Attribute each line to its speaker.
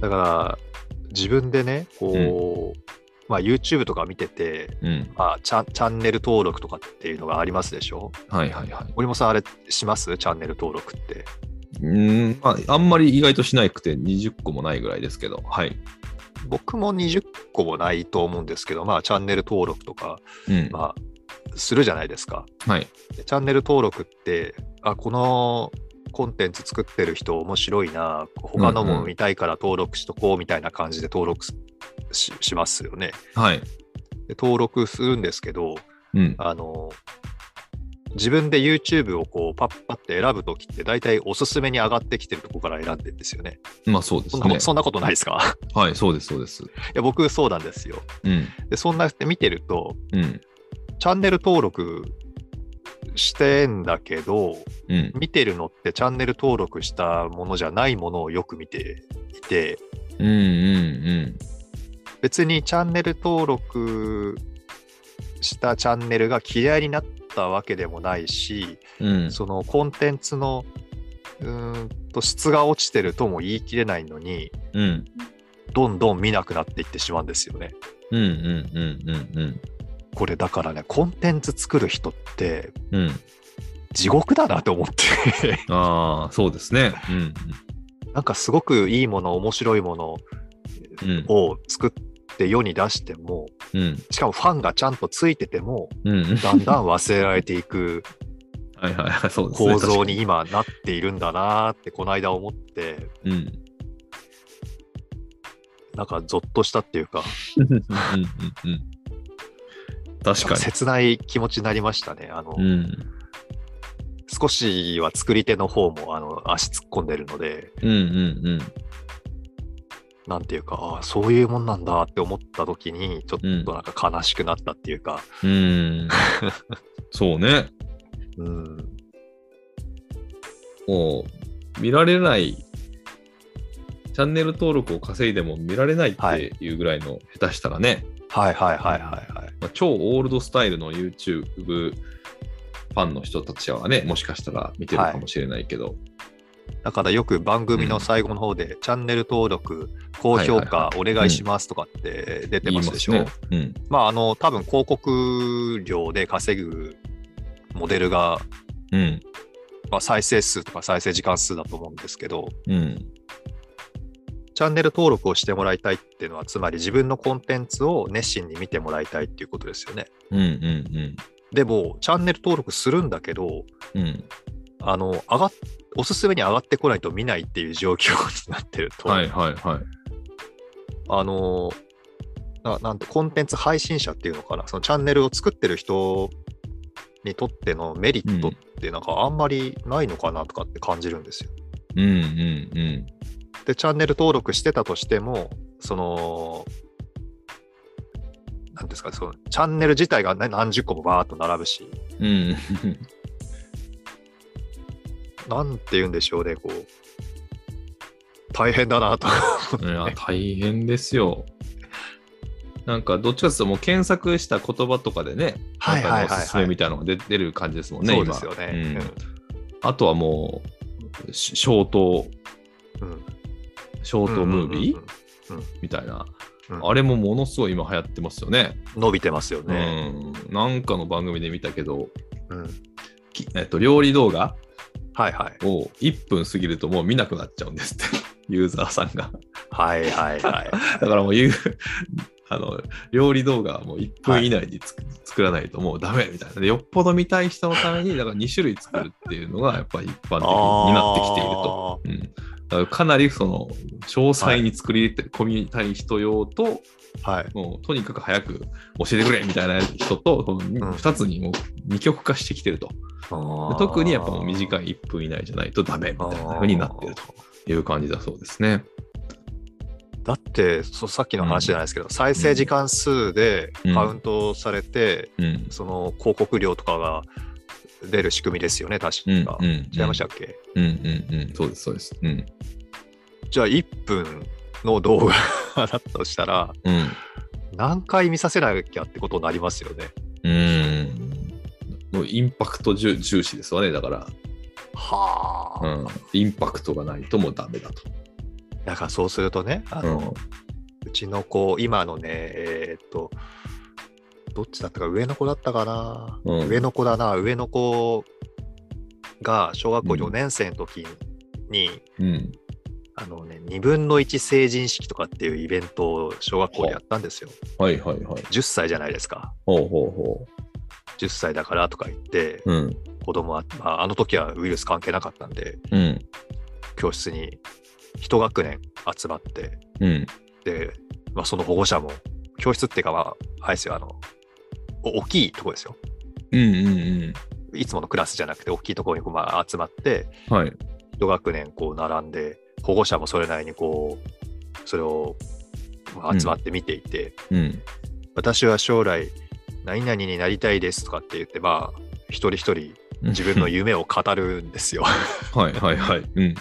Speaker 1: だから自分でねこう、まあ、YouTube とか見てて、
Speaker 2: うん。
Speaker 1: まあチャン、チャンネル登録とかっていうのがありますでしょ
Speaker 2: はいはいはい。
Speaker 1: 森本さんあれしますチャンネル登録って。
Speaker 2: うん、まあ、あんまり意外としなくて、20個もないぐらいですけど、はい。
Speaker 1: 僕も20個もないと思うんですけど、まあ、チャンネル登録とか、
Speaker 2: うん。
Speaker 1: まあ、するじゃないですか。
Speaker 2: はい。
Speaker 1: でチャンネル登録って、あ、このコンテンツ作ってる人面白いな、他の
Speaker 2: うん
Speaker 1: も
Speaker 2: うん
Speaker 1: 見たいから登録しとこうみたいな感じで登録しししますよね。
Speaker 2: はい。
Speaker 1: で登録するんですけど、
Speaker 2: うん。
Speaker 1: あの、自分で YouTube をこうパッパって選ぶときって、大体おすすめに上がってきてるとこから選んでるんですよね。
Speaker 2: まあ、そうで
Speaker 1: そ
Speaker 2: す
Speaker 1: んな,、
Speaker 2: ね。
Speaker 1: そんなことないですか
Speaker 2: はい、そうです、そうです。
Speaker 1: いや、僕そうなんですよ。
Speaker 2: うん。
Speaker 1: で、そんなって見てると、
Speaker 2: うん。
Speaker 1: チャンネル登録してんだけど、
Speaker 2: うん。
Speaker 1: 見てるのってチャンネル登録したものじゃないものをよく見ていて、
Speaker 2: うん。うん。
Speaker 1: 別にチャンネル登録したチャンネルが嫌いになったわけでもないし、
Speaker 2: うん。
Speaker 1: そのコンテンツのうーんと質が落ちてるとも言い切れないのに、
Speaker 2: うん。
Speaker 1: どんどん見なくなっていってしまうんですよね。
Speaker 2: うん。うん。うん。うん。
Speaker 1: これだからね、コンテンツ作る人って
Speaker 2: うん。
Speaker 1: 地獄だなと思って、
Speaker 2: ああ、そうですね。うん。
Speaker 1: なんかすごくいいもの、面白いもの
Speaker 2: うん。
Speaker 1: を作って世に出しても、
Speaker 2: うん。
Speaker 1: しかもファンがちゃんとついてても、
Speaker 2: うん。
Speaker 1: だんだん忘れられていく
Speaker 2: はいはいはい、 そうですね。
Speaker 1: 構造に今なっているんだなーって、この間思って、
Speaker 2: 確かに。うん。
Speaker 1: なんかゾッとしたっていうか、
Speaker 2: うんうんうんうん。確か
Speaker 1: 切ない気持ちになりましたね。あの、
Speaker 2: に。うん。
Speaker 1: 少しは作り手の方もあの足突っ込んでるので、
Speaker 2: うんうんうん。
Speaker 1: なんていうか、ああ、そういうもんなんだって思った時に、ちょっとなんか悲しくなったっていうか、
Speaker 2: うーん。そうね。
Speaker 1: うん、
Speaker 2: もう、見られない、チャンネル登録を稼いでも見られないっていうぐらいの、下手したらね、
Speaker 1: はいはいはいはいはい。
Speaker 2: まあ、超オールドスタイルの YouTube ファンの人たちはね、もしかしたら見てるかもしれないけど、
Speaker 1: だからよく番組の最後の方で、チャンネル登録、高評価お願いしますとかって出て
Speaker 2: 言い
Speaker 1: ま
Speaker 2: ますす
Speaker 1: でしょ。
Speaker 2: ね。うん。
Speaker 1: まあ、あの、多分広告料で稼ぐモデルが、
Speaker 2: うん。
Speaker 1: まあ、再生数とか再生時間数だと思うんですけど、
Speaker 2: うん。
Speaker 1: チャンネル登録をしてもらいたいっていうのは、つまり自分のコンテンツを熱心に見てもらいたいっていうことですよね。
Speaker 2: うんうん
Speaker 1: でも、チャンネル登録するんだけど、
Speaker 2: うん。うん。
Speaker 1: あの、上がっおすすめに上がってこないと見ないっていう状況になってると、
Speaker 2: はいはいはい。
Speaker 1: あのななんてコンテンツ配信者っていうのかなそのチャンネルを作ってる人にとってのメリットってなんかあんまりないのかなとかって感じるんですよ。
Speaker 2: うんうんうん。
Speaker 1: でチャンネル登録してたとしてもそのなんですかねそのチャンネル自体が、ね、何十個もバーっと並ぶし
Speaker 2: うん。
Speaker 1: なんて言うんでしょうねこう大変だなと。
Speaker 2: いや、大変ですよ。なんか、どっちかというと、もう検索した言葉とかでね、
Speaker 1: はいはいはいはい
Speaker 2: なんかのおすすめみたいなのが出出る感じですもんね、
Speaker 1: そう
Speaker 2: 今
Speaker 1: ですよね。
Speaker 2: うんあとはもう、しショート、
Speaker 1: うんうん
Speaker 2: ショートムービ
Speaker 1: うんうんう
Speaker 2: ー
Speaker 1: ん
Speaker 2: みたいな
Speaker 1: う。ん
Speaker 2: あれもものすごい今流行ってますよね。
Speaker 1: 伸びてますよね。
Speaker 2: うん。なんかの番組で見たけど、
Speaker 1: うん
Speaker 2: きえっと、料理動画
Speaker 1: はいはい。
Speaker 2: を1分過ぎるともう見なくなっちゃうんですって、 ユーザーさんが。
Speaker 1: はいはいはい。
Speaker 2: だからもう言う、 あの、料理動画はもう1分以内につく、作らないともうダメみたいな。でよっぽど見たい人のために、だから2種類作るっていうのがやっぱり一般的 になってきていると。
Speaker 1: あー
Speaker 2: うん、だからかなりその詳細に作り込みたい人用と、
Speaker 1: はい。
Speaker 2: もうとにかく早く教えてくれみたいな人と、この2つにもう二極化してきてると。で特にやっぱもう短い1分以内じゃないとダメみたいな風になってるという感じだそうですね。
Speaker 1: だってそうさっきの話じゃないですけど、再生時間数でカウントされて、
Speaker 2: うん。
Speaker 1: その広告料とかが出る仕組みですよね確か、
Speaker 2: うん。うん。
Speaker 1: 違いましたっけ
Speaker 2: うんうんうん、そうです、そうです。うん。
Speaker 1: じゃあ1分の動画だとしたら
Speaker 2: うん。
Speaker 1: 何回見させなきゃってことになりますよね
Speaker 2: うん。もうインパクト重重視ですわね、だから。
Speaker 1: はあ、
Speaker 2: うん。インパクトがないともうダメだと。
Speaker 1: だからそうするとね、あの、うちの子、今のね、えーっと、どっちだったか、上の子だったかな、
Speaker 2: うん
Speaker 1: 上の子だな、上の子が小学校4年生の時に、
Speaker 2: うん。うん。
Speaker 1: あのね、2分の1成人式とかっていうイベントを小学校でやったんですよ。
Speaker 2: はいはいはい。
Speaker 1: 10歳じゃないですか。
Speaker 2: ほうほうほ
Speaker 1: 10歳だからとか言って、
Speaker 2: う。うん。
Speaker 1: 子供は、まあ、あの時はウイルス関係なかったんで、
Speaker 2: うん。
Speaker 1: 教室に一学年集まって、
Speaker 2: うん。
Speaker 1: で、まあ、その保護者も、教室っていうか、まあ、あれですよ、あの、お大きいとこですよ。
Speaker 2: うんうん
Speaker 1: いつものクラスじゃなくて、大きいところにこうまあ集まって、
Speaker 2: うん。はい。
Speaker 1: 一学年こう並んで、保護者もそれなりにこう、それをまあ集まって見ていて、
Speaker 2: うん。
Speaker 1: 私は将来、何々になりたいですとかって言って、まあ、一人 一人自分の夢を語るんですよ。
Speaker 2: はいはいはい。うん。